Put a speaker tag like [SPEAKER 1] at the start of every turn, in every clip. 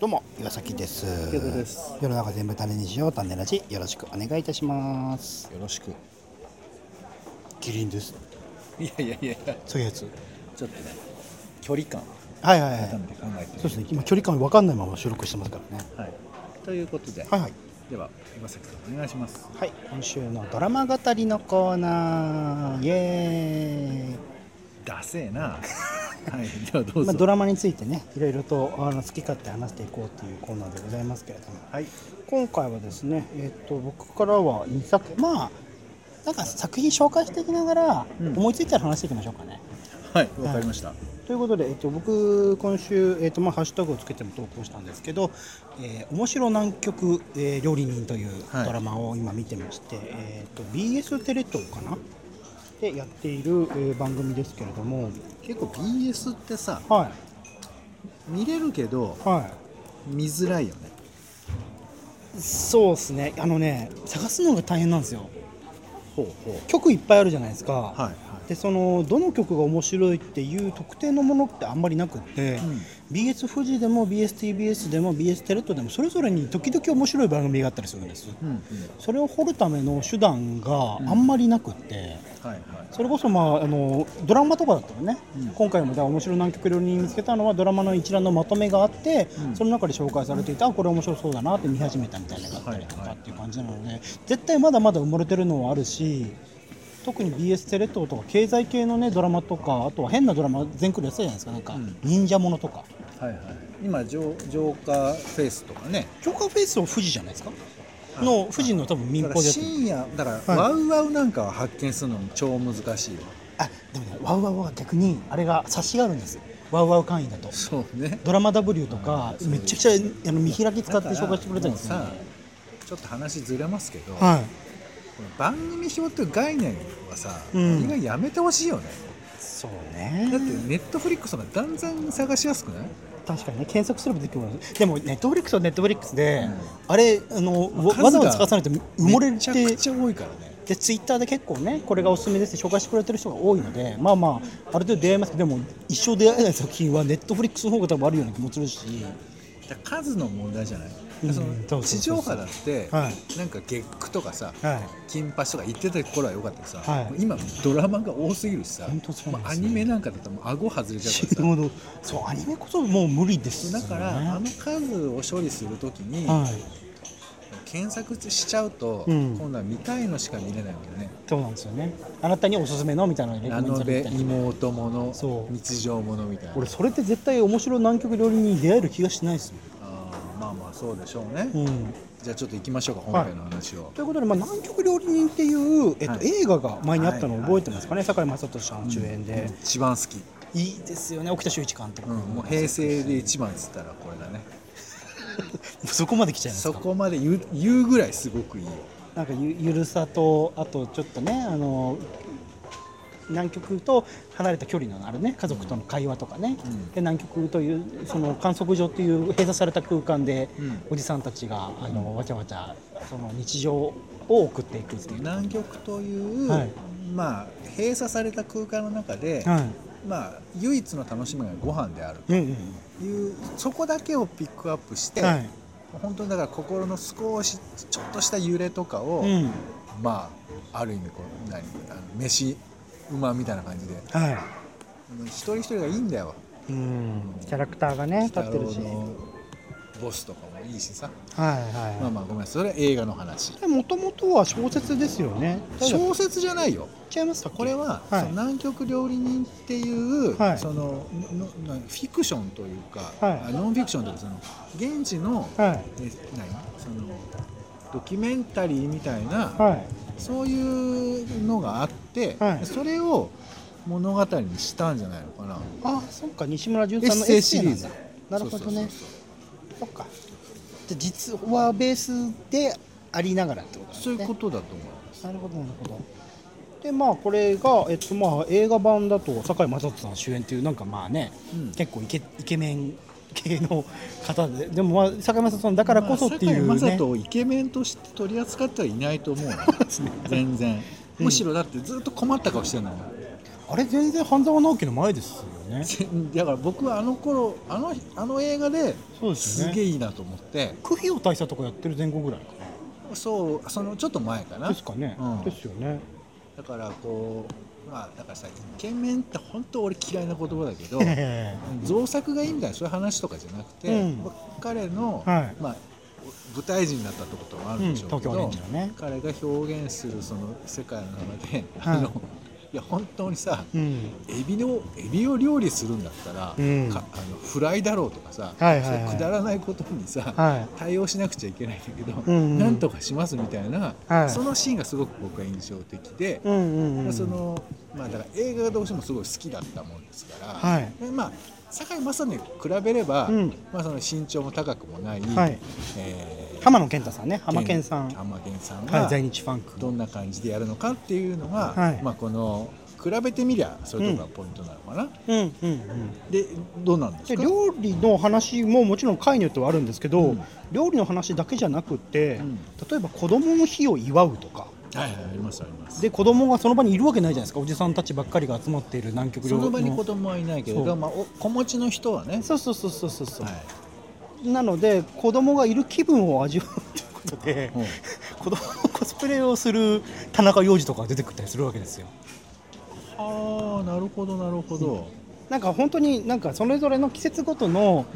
[SPEAKER 1] どうも岩崎です。
[SPEAKER 2] 池田です
[SPEAKER 1] 世の中全部種にしよう種ラジよろしくお願いいたします。
[SPEAKER 2] よろしく
[SPEAKER 1] キリンです。
[SPEAKER 2] いやいやいやいや
[SPEAKER 1] そういうやつ。
[SPEAKER 2] ちょっとね距離感
[SPEAKER 1] はいはいはい。
[SPEAKER 2] 改め
[SPEAKER 1] そ
[SPEAKER 2] て考えて
[SPEAKER 1] うですね。今距離感わかんないまま収録してますからね。
[SPEAKER 2] はいということで、
[SPEAKER 1] はいはい。
[SPEAKER 2] では岩崎さんお願いします
[SPEAKER 1] はい。今週のドラマ語りのコーナー。イエ
[SPEAKER 2] ダセえ なはいではど
[SPEAKER 1] ーイ。
[SPEAKER 2] うぞ、
[SPEAKER 1] まあドラマについてね、いろいろとあの好き勝手話していこうというコーナーでございますけれども。
[SPEAKER 2] はい
[SPEAKER 1] 今回はですね、えっと僕からは2作まあなんか作品紹介していきながら
[SPEAKER 2] うん
[SPEAKER 1] 思いついたら話していきましょうかね。
[SPEAKER 2] はいわかりました、
[SPEAKER 1] ということで、えっと僕今週、えっとまあ、ハッシュタグをつけても投稿したんですけど「えー、面白南極、えー料理人」という
[SPEAKER 2] はい
[SPEAKER 1] ドラマを今見てまして、えっと BS テレ東かなでやっている、えー番組ですけれども
[SPEAKER 2] 結構 BS ってさ
[SPEAKER 1] は
[SPEAKER 2] 見れるけど
[SPEAKER 1] いは
[SPEAKER 2] 見づらいよね
[SPEAKER 1] いそうですねあのね探すのが大変なんですよ
[SPEAKER 2] ほうほ
[SPEAKER 1] 曲いっぱいあるじゃないですか。
[SPEAKER 2] うはいはい
[SPEAKER 1] でそのどの曲が面白いっていう特定のものってあんまりなくって、
[SPEAKER 2] うん
[SPEAKER 1] BS 富士でも BSTBS でも BS テレ東でもそれぞれに時々面白い番組があったりするんです
[SPEAKER 2] うんうん
[SPEAKER 1] それを掘るための手段があんまりなくって、
[SPEAKER 2] はいはい
[SPEAKER 1] それこそ、まあ、あのドラマとかだったらね、
[SPEAKER 2] うん
[SPEAKER 1] 今回もだから面白い南極料理人見つけたのはドラマの一覧のまとめがあって、
[SPEAKER 2] うん
[SPEAKER 1] その中で紹介されていたあこれ面白そうだなって見始めたみたいなのがあったりと
[SPEAKER 2] はい
[SPEAKER 1] か
[SPEAKER 2] はい
[SPEAKER 1] っていう感じなので、絶対まだまだ埋もれてるのはあるし特に BS テレ東とか経済系の、ね、ドラマとかあとは変なドラマ全来るやつじゃないですかなんか、
[SPEAKER 2] うん
[SPEAKER 1] 忍者ものとか
[SPEAKER 2] はいはい今浄化フェイスとかね
[SPEAKER 1] ジョーカーフェイスを富士じゃないですかの富士の多分民
[SPEAKER 2] だから
[SPEAKER 1] 放でやってる
[SPEAKER 2] 深夜だか
[SPEAKER 1] は
[SPEAKER 2] ら、
[SPEAKER 1] い
[SPEAKER 2] ワウワウなんかは発見するのも超難しいわ
[SPEAKER 1] あでもねワウワウは逆にあれが差しがあるんですワウワウ会員だと。
[SPEAKER 2] そうね
[SPEAKER 1] ドラマ W とか
[SPEAKER 2] うん
[SPEAKER 1] めちゃくちゃあの見開き使って紹介してくれたんですよ、
[SPEAKER 2] だから
[SPEAKER 1] ね
[SPEAKER 2] もう、さちょっと話ずれますけど、
[SPEAKER 1] は
[SPEAKER 2] この番組表っていう概念はさ、
[SPEAKER 1] うん
[SPEAKER 2] みんなやめてほしいよね
[SPEAKER 1] いそう
[SPEAKER 2] だっ
[SPEAKER 1] ね
[SPEAKER 2] てネットフリックスとか断然探しやすくない
[SPEAKER 1] 確かにね検索すれば出てくるでもネットフリックスはネットフリックスで、
[SPEAKER 2] うん
[SPEAKER 1] あれあの、わ
[SPEAKER 2] 数が
[SPEAKER 1] わざわざ探さないと埋もれて
[SPEAKER 2] めちゃくちゃ多いからね
[SPEAKER 1] でツイッターで結構ねこれがおすすめですって紹介してくれてる人が多いのでまあまあある程度出会いますけどでも一生出会えない作品はネットフリックスの方が多分あるような気もするし
[SPEAKER 2] だから数の問題じゃない、
[SPEAKER 1] うん
[SPEAKER 2] そ
[SPEAKER 1] そうそうそう
[SPEAKER 2] の地上波だって、
[SPEAKER 1] は
[SPEAKER 2] なんか月9とかさ、
[SPEAKER 1] はい
[SPEAKER 2] 金八とか言ってた頃は良かったけどさ、
[SPEAKER 1] はい
[SPEAKER 2] 今ドラマが多すぎるしさ
[SPEAKER 1] 本当そうなん
[SPEAKER 2] もう
[SPEAKER 1] です
[SPEAKER 2] ア
[SPEAKER 1] よ
[SPEAKER 2] ニメなんかだったらもう顎外れちゃう
[SPEAKER 1] 死
[SPEAKER 2] からさ
[SPEAKER 1] ぬほどそうアニメこそもう無理ですよ
[SPEAKER 2] だ
[SPEAKER 1] ね
[SPEAKER 2] からあの数を処理するときに、
[SPEAKER 1] はい
[SPEAKER 2] 検索しちゃうと、
[SPEAKER 1] うん
[SPEAKER 2] 今度は見たいのしか見れないわけね。
[SPEAKER 1] そうなんですよねあなたにおすすめのみたいなのがレコメ
[SPEAKER 2] ラ
[SPEAKER 1] ンド
[SPEAKER 2] ノ
[SPEAKER 1] され
[SPEAKER 2] ベ
[SPEAKER 1] てたりとか
[SPEAKER 2] 妹もの
[SPEAKER 1] そう
[SPEAKER 2] 日常ものみたいな
[SPEAKER 1] 俺それって絶対面白い南極料理人に出会える気がしないです
[SPEAKER 2] あーまあまあそうでしょうね、
[SPEAKER 1] もん、うん、
[SPEAKER 2] じゃあちょっと行きましょうか
[SPEAKER 1] はい
[SPEAKER 2] 本編の話を、
[SPEAKER 1] ということで、まあ、南極料理人っていう、えっと
[SPEAKER 2] はい
[SPEAKER 1] 映画が前にあったのを
[SPEAKER 2] はい
[SPEAKER 1] 覚えてますかね、堺雅人さん主演で、
[SPEAKER 2] 一番好き、
[SPEAKER 1] いいですよね沖田修一監督、
[SPEAKER 2] うん、もう平成で一番っつったらこれだね
[SPEAKER 1] そこまで来ちゃいます
[SPEAKER 2] そ
[SPEAKER 1] か
[SPEAKER 2] こまで言う言うぐらいすごくいいよ
[SPEAKER 1] なんかゆゆるさとあとちょっとねあの南極と離れた距離のあるね家族との会話とかね、
[SPEAKER 2] うん
[SPEAKER 1] で南極というその観測所っていう閉鎖された空間で、
[SPEAKER 2] うん
[SPEAKER 1] おじさんたちがあのわちゃわちゃその日常を送っていくっていう
[SPEAKER 2] 南極という、
[SPEAKER 1] はい
[SPEAKER 2] まあ閉鎖された空間の中で、
[SPEAKER 1] はい
[SPEAKER 2] まあ唯一の楽しみがご飯である
[SPEAKER 1] うんうん
[SPEAKER 2] というそこだけをピックアップして、
[SPEAKER 1] はい
[SPEAKER 2] 本当にだから心の少しちょっとした揺れとかを、
[SPEAKER 1] うん
[SPEAKER 2] まあある意味こう何あの飯馬みたいな感じで
[SPEAKER 1] は
[SPEAKER 2] 一人一人がいいんだよ
[SPEAKER 1] いうんキャラクターがね立ってるし
[SPEAKER 2] 鬼太郎のボスとかもいいしさ、
[SPEAKER 1] はいはい
[SPEAKER 2] まあまあごめんなさいそれは映画の話
[SPEAKER 1] もともとは小説ですよねただ
[SPEAKER 2] 小説じゃないよ
[SPEAKER 1] ちゃいます
[SPEAKER 2] これは、
[SPEAKER 1] はい
[SPEAKER 2] その南極料理人っていう、
[SPEAKER 1] はい
[SPEAKER 2] そのののフィクションというか、
[SPEAKER 1] はい
[SPEAKER 2] あノンフィクションというかその現地の、
[SPEAKER 1] はい
[SPEAKER 2] え何そのドキュメンタリーみたいな、
[SPEAKER 1] はい
[SPEAKER 2] そういうのがあって、
[SPEAKER 1] はい
[SPEAKER 2] それを物語にしたんじゃないのかな。
[SPEAKER 1] あそっか西村淳
[SPEAKER 2] エッ
[SPEAKER 1] さんの
[SPEAKER 2] セ
[SPEAKER 1] エッ
[SPEAKER 2] イシ
[SPEAKER 1] セイ
[SPEAKER 2] リ
[SPEAKER 1] な
[SPEAKER 2] ー
[SPEAKER 1] ん
[SPEAKER 2] ズ
[SPEAKER 1] だ。なるほどね
[SPEAKER 2] そうそう
[SPEAKER 1] そっかで実はベースでありながらってことなんです
[SPEAKER 2] そうそう
[SPEAKER 1] ね
[SPEAKER 2] いうことだと思います。
[SPEAKER 1] なるほどなるほどでまあこれが、えっとまあ、映画版だと堺雅人さん主演っていうなんかまあね、
[SPEAKER 2] うん
[SPEAKER 1] 結構イケイケメン系の方ででも、まあ、堺雅人さんだからこそっていう
[SPEAKER 2] まあ
[SPEAKER 1] ね、
[SPEAKER 2] 堺雅人をイケメンとして取り 扱ってはいないと思うの。全然。
[SPEAKER 1] うん
[SPEAKER 2] むしろだってずっと困った顔してるの。
[SPEAKER 1] あれ全然半沢直樹の前ですよね
[SPEAKER 2] だから僕はあの頃あのあの映画で
[SPEAKER 1] そうですよ
[SPEAKER 2] す
[SPEAKER 1] ね
[SPEAKER 2] げえいいなと思って
[SPEAKER 1] クフィオ大佐とかやってる前後ぐらいか
[SPEAKER 2] そうそのちょっと前か
[SPEAKER 1] な
[SPEAKER 2] な
[SPEAKER 1] ですかね、
[SPEAKER 2] うん
[SPEAKER 1] ですよね
[SPEAKER 2] だからこうまあだからさイケメンって本当俺嫌いな言葉だけ ど
[SPEAKER 1] え
[SPEAKER 2] 造作がいいみたいなそういう話とかじゃなくて、
[SPEAKER 1] うん
[SPEAKER 2] まあ彼の、
[SPEAKER 1] はい
[SPEAKER 2] まあ、舞台人だったってこともあるんでしょうけど、
[SPEAKER 1] うん東京オレンジのね
[SPEAKER 2] 彼が表現するその世界の中で、
[SPEAKER 1] はい
[SPEAKER 2] あのいや本当にさ
[SPEAKER 1] えうん
[SPEAKER 2] エビのエビを料理するんだったら、
[SPEAKER 1] うん
[SPEAKER 2] かあのフライだろうとかさ、
[SPEAKER 1] はいはいはい
[SPEAKER 2] そうくだらないことにさ、
[SPEAKER 1] は
[SPEAKER 2] 対応しなくちゃいけないんだけど、
[SPEAKER 1] うんうん
[SPEAKER 2] なんとかしますみたいな、
[SPEAKER 1] はい
[SPEAKER 2] そのシーンがすごく僕は印象的で
[SPEAKER 1] い、、うんうんうん、
[SPEAKER 2] そのまあ、だから映画がどうしてもすごい好きだったもんですから、
[SPEAKER 1] はい
[SPEAKER 2] でまあ、堺雅人に比べれば、
[SPEAKER 1] うん
[SPEAKER 2] まあ、その身長も高くもない、
[SPEAKER 1] はい
[SPEAKER 2] えー
[SPEAKER 1] 浜野健太さんね浜健さん
[SPEAKER 2] 浜健さんが、
[SPEAKER 1] はい在日ファンク
[SPEAKER 2] どんな感じでやるのかっていうのが、
[SPEAKER 1] はい
[SPEAKER 2] まあ、この比べてみりゃそういうところがポイントなのかな。
[SPEAKER 1] うんうんうん
[SPEAKER 2] でどうなんです
[SPEAKER 1] で
[SPEAKER 2] か
[SPEAKER 1] 料理の話ももちろん回によってはあるんですけど、
[SPEAKER 2] うん
[SPEAKER 1] 料理の話だけじゃなくて、
[SPEAKER 2] うん
[SPEAKER 1] 例えば子供の日を祝うとか
[SPEAKER 2] はいはいありますあります。
[SPEAKER 1] で子供がその場にいるわけないじゃないですかおじさんたちばっかりが集まっている南極
[SPEAKER 2] そ
[SPEAKER 1] 料
[SPEAKER 2] の場に子
[SPEAKER 1] の
[SPEAKER 2] 供はいないけれ
[SPEAKER 1] そ
[SPEAKER 2] ど、
[SPEAKER 1] う
[SPEAKER 2] まあ、お子持ちの人はね、
[SPEAKER 1] そうそうそうそうそうそう、
[SPEAKER 2] はい
[SPEAKER 1] なので子供がいる気分を味わうということで、
[SPEAKER 2] うん
[SPEAKER 1] 子供のコスプレをする田中洋次とかが出てくったりするわけですよ
[SPEAKER 2] ああなるほどなるほど、
[SPEAKER 1] なんか本当になんかそれぞれの季節ごとの、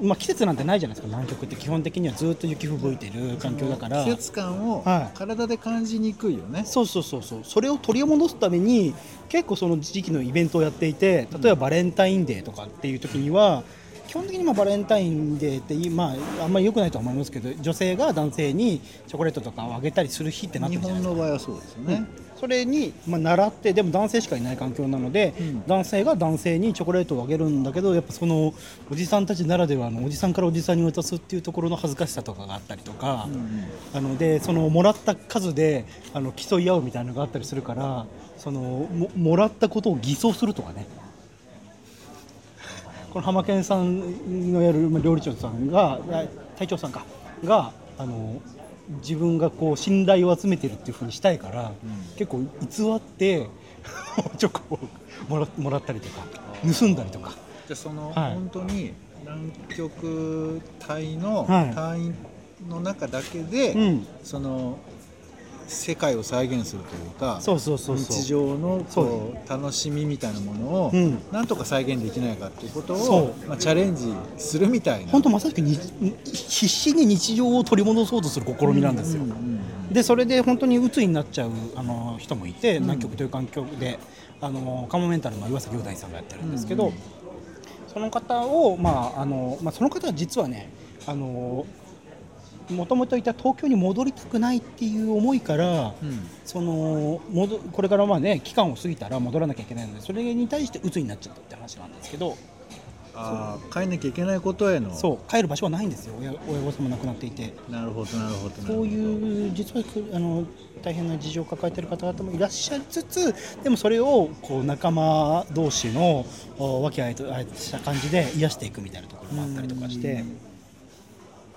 [SPEAKER 2] うん
[SPEAKER 1] まあ、季節なんてないじゃないですか南極って基本的にはずっと雪吹雪いてる環境だから
[SPEAKER 2] 季節感を
[SPEAKER 1] はい
[SPEAKER 2] 体で感じにくいよね、
[SPEAKER 1] そうそうそうそうそれを取り戻すために結構その時期のイベントをやっていて例えばバレンタインデーとかっていう時には基本的にまあバレンタインデーっていいまああんまり良くないとは思いますけど女性が男性にチョコレートとかをあげたりする日ってなって
[SPEAKER 2] 日
[SPEAKER 1] るじゃない
[SPEAKER 2] 本
[SPEAKER 1] です
[SPEAKER 2] の
[SPEAKER 1] か。
[SPEAKER 2] 場合はそうですよね、
[SPEAKER 1] それに、まあ、習ってでも男性しかいない環境なので、
[SPEAKER 2] うん
[SPEAKER 1] 男性が男性にチョコレートをあげるんだけどやっぱそのおじさんたちならではのおじさんからおじさんに渡すっていうところの恥ずかしさとかがあったりとか、あのでそのもらった数であの競い合うみたいなのがあったりするからそのももらったことを偽装するとかねこの浜健さんのやるまあ料理長さんがあ隊長さんかがあの自分がこう信頼を集めてるっていうふうにしたいから、
[SPEAKER 2] うん
[SPEAKER 1] 結構偽って チョコをもらもらったりとか盗んだりとか。
[SPEAKER 2] でその、
[SPEAKER 1] はい
[SPEAKER 2] 本当に南極隊の
[SPEAKER 1] はい
[SPEAKER 2] 隊員の中だけで、
[SPEAKER 1] うん、
[SPEAKER 2] その世界を再現するというか
[SPEAKER 1] そうそうそうそう
[SPEAKER 2] 日常の
[SPEAKER 1] そ
[SPEAKER 2] こう楽しみみたいなものを
[SPEAKER 1] うん
[SPEAKER 2] なんとか再現できないかっていうこと
[SPEAKER 1] そ
[SPEAKER 2] を、まあ、チャレンジするみたいな
[SPEAKER 1] 本当まさしくに必死に日常を取り戻そうとする試みなんですよ。
[SPEAKER 2] うんうん
[SPEAKER 1] でそれで本当に鬱になっちゃうあの人もいて、
[SPEAKER 2] ん
[SPEAKER 1] 南極という環境であのカモメンタルの岩崎雄大さんがやってるんですけど、
[SPEAKER 2] うんうん
[SPEAKER 1] その方を、まああのまあ、その方は実はねあのもともといた東京に戻りたくないっていう思いから、
[SPEAKER 2] うん
[SPEAKER 1] その戻これからまあ、ね、期間を過ぎたら戻らなきゃいけないのでそれに対して鬱になっちゃったって話なんですけど
[SPEAKER 2] あー帰んなきゃいけないことへの
[SPEAKER 1] そう帰る場所はないんですよ親親御さんも亡くなっていて。
[SPEAKER 2] なるほどなるほど
[SPEAKER 1] そう
[SPEAKER 2] う
[SPEAKER 1] いう実はあの大変な事情を抱えている方々もいらっしゃりつつでもそれをこう仲間同士のお和気あいとあいとした感じで癒していくみたいなところもあったりとかして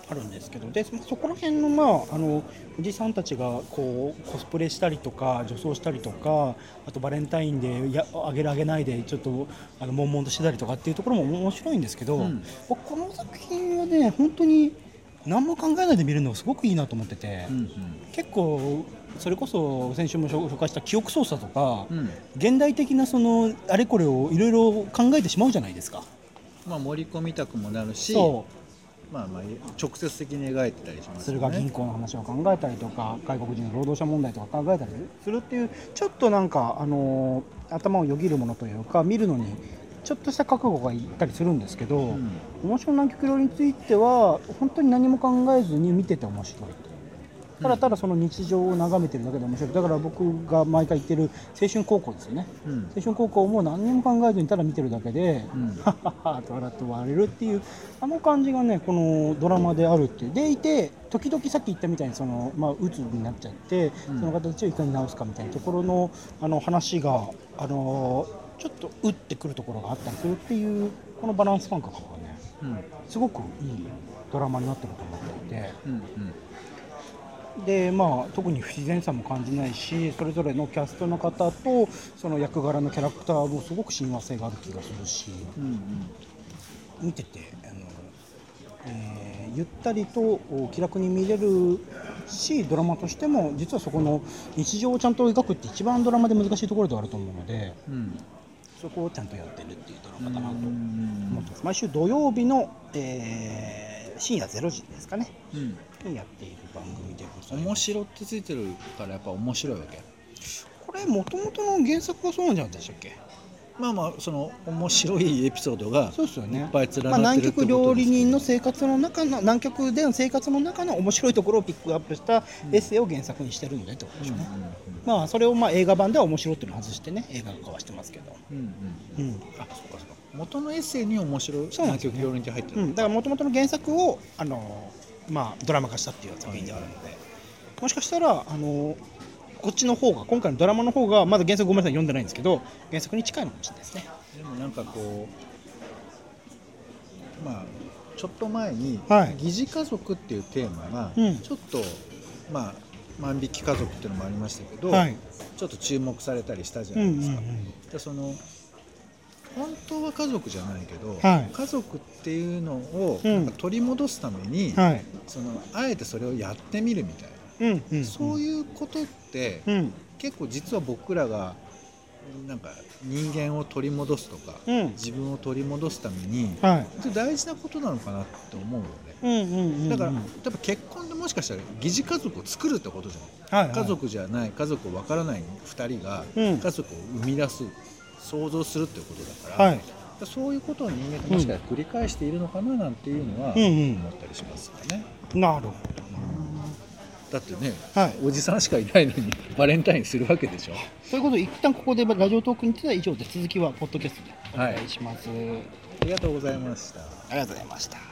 [SPEAKER 1] あるんですけどでそそこら辺の,、まあ、あのおじさんたちがこうコスプレしたりとか女装したりとかあとバレンタインでいやあげるあげないでちょっとあの悶々としてたりとかっていうところも面白いんですけど、
[SPEAKER 2] うん
[SPEAKER 1] 僕この作品はね本当に何も考えないで見るのがすごくいいなと思ってて。
[SPEAKER 2] ん
[SPEAKER 1] 結構それこそ先週も紹介した記憶操作とか、
[SPEAKER 2] うんうん
[SPEAKER 1] 現代的なそのあれこれをいろいろ考えてしまうじゃないですか。
[SPEAKER 2] まあ盛り込みたくもなるし
[SPEAKER 1] そ
[SPEAKER 2] まあまあ直接的に描いてたりしま
[SPEAKER 1] う
[SPEAKER 2] す
[SPEAKER 1] そ
[SPEAKER 2] よ
[SPEAKER 1] れ
[SPEAKER 2] ね
[SPEAKER 1] が銀行の話を考えたりとか外国人の労働者問題とか考えたりするっていうちょっとなんか、あの頭をよぎるものというか見るのにちょっとした覚悟がいったりするんですけど、
[SPEAKER 2] うん
[SPEAKER 1] 面白い南極料理については本当に何も考えずに見てて面白いただただその日常を眺めてるだけで面白いだから僕が毎回言ってる青春高校ですよね
[SPEAKER 2] うん
[SPEAKER 1] 青春高校も何にも考えずにただ見てるだけで、
[SPEAKER 2] うん
[SPEAKER 1] はっはっはと笑って笑われるっていうあの感じがねこのドラマであるっていうでいて時々さっき言ったみたいにその、まあ、鬱になっちゃってそ
[SPEAKER 2] うん
[SPEAKER 1] の方たちをいかに治すかみたいなところのあの話が、あのちょっと打ってくるところがあったりするっていうこのバランス感覚がね
[SPEAKER 2] うん
[SPEAKER 1] すごくいいドラマになってると思っていて
[SPEAKER 2] うん
[SPEAKER 1] でまあ、特に不自然さも感じないしそれぞれのキャストの方とその役柄のキャラクターもすごく親和性がある気がするし
[SPEAKER 2] うんうん
[SPEAKER 1] 見ててあの、えーゆったりとお気楽に見れるしドラマとしても実はそこの日常をちゃんと描くって一番ドラマで難しいところではあると思うので
[SPEAKER 2] うん
[SPEAKER 1] そこをちゃんとやってるっていうドラ
[SPEAKER 2] う
[SPEAKER 1] マだなと思っ
[SPEAKER 2] ん
[SPEAKER 1] てます毎週土曜日の、えー深夜0時ですかね
[SPEAKER 2] うん
[SPEAKER 1] にやっている番組でございます
[SPEAKER 2] 面白ってついてるからやっぱ面白いわけ
[SPEAKER 1] これもともとの原作がそうなんじゃないでしたっけ
[SPEAKER 2] まあまあその面白いエピソードが
[SPEAKER 1] そうですよね
[SPEAKER 2] いっぱい連なってる
[SPEAKER 1] まあ、南
[SPEAKER 2] ってこ
[SPEAKER 1] 極
[SPEAKER 2] とですね
[SPEAKER 1] 料理人の生活の中の南極での生活の中の面白いところをピックアップしたエッセイを原作にしてるのでってことでしょうね、まあそれをまあ映画版では面白いっていうのを外してね映画化はしてますけど、
[SPEAKER 2] うんうん
[SPEAKER 1] う
[SPEAKER 2] うん
[SPEAKER 1] ん
[SPEAKER 2] あそうかそうか元のエッセイに面白い
[SPEAKER 1] そうなんですよ
[SPEAKER 2] 南極料理人って入って
[SPEAKER 1] う
[SPEAKER 2] る
[SPEAKER 1] ん、だからもともとの原作を、あのーまあ、ドラマ化したっていう作品ではあるので、もしかしたら、あのーこっちの方が今回のドラマの方がまだ原作ごめんなさい読んでないんですけど原作に近いのかもしれないですね。
[SPEAKER 2] でもなんかこうまあちょっと前に
[SPEAKER 1] はい
[SPEAKER 2] 疑似家族っていうテーマが
[SPEAKER 1] うん
[SPEAKER 2] ちょっとまあ万引き家族っていうのもありましたけど
[SPEAKER 1] はい
[SPEAKER 2] ちょっと注目されたりしたじゃ
[SPEAKER 1] う
[SPEAKER 2] なんいで
[SPEAKER 1] うんう
[SPEAKER 2] すか
[SPEAKER 1] ん
[SPEAKER 2] でその本当は家族じゃないけど、
[SPEAKER 1] はい
[SPEAKER 2] 家族っていうのを
[SPEAKER 1] うん
[SPEAKER 2] なんか取り戻すために、
[SPEAKER 1] はい
[SPEAKER 2] そのあえてそれをやってみるみたいな、
[SPEAKER 1] うんうん
[SPEAKER 2] そう
[SPEAKER 1] う
[SPEAKER 2] いうことって、
[SPEAKER 1] ん
[SPEAKER 2] 結構実は僕らがなんか人間を取り戻すとか、
[SPEAKER 1] うん
[SPEAKER 2] 自分を取り戻すために
[SPEAKER 1] はい
[SPEAKER 2] 大事なことなのかなって思うよね。
[SPEAKER 1] うんうんうんうん
[SPEAKER 2] だから、多分結婚でもしかしたら疑似家族を作るってことじゃない
[SPEAKER 1] はいはい
[SPEAKER 2] 家族じゃない家族を分からない2人が
[SPEAKER 1] うん
[SPEAKER 2] 家族を生み出す、想像するっていうことだから、
[SPEAKER 1] はい
[SPEAKER 2] そういうことを人間ってもしかしたら繰り返しているのかななんていうのは
[SPEAKER 1] うんうん
[SPEAKER 2] 思ったりしますよね、
[SPEAKER 1] なるほ
[SPEAKER 2] だってね
[SPEAKER 1] ど。はい、
[SPEAKER 2] おじさんしかいないのにバレンタインするわけでしょ
[SPEAKER 1] ということで一旦ここでラジオトークについては以上で続きはポッドキャストでお願いします、あ
[SPEAKER 2] ありがとうございました
[SPEAKER 1] りがとうございました。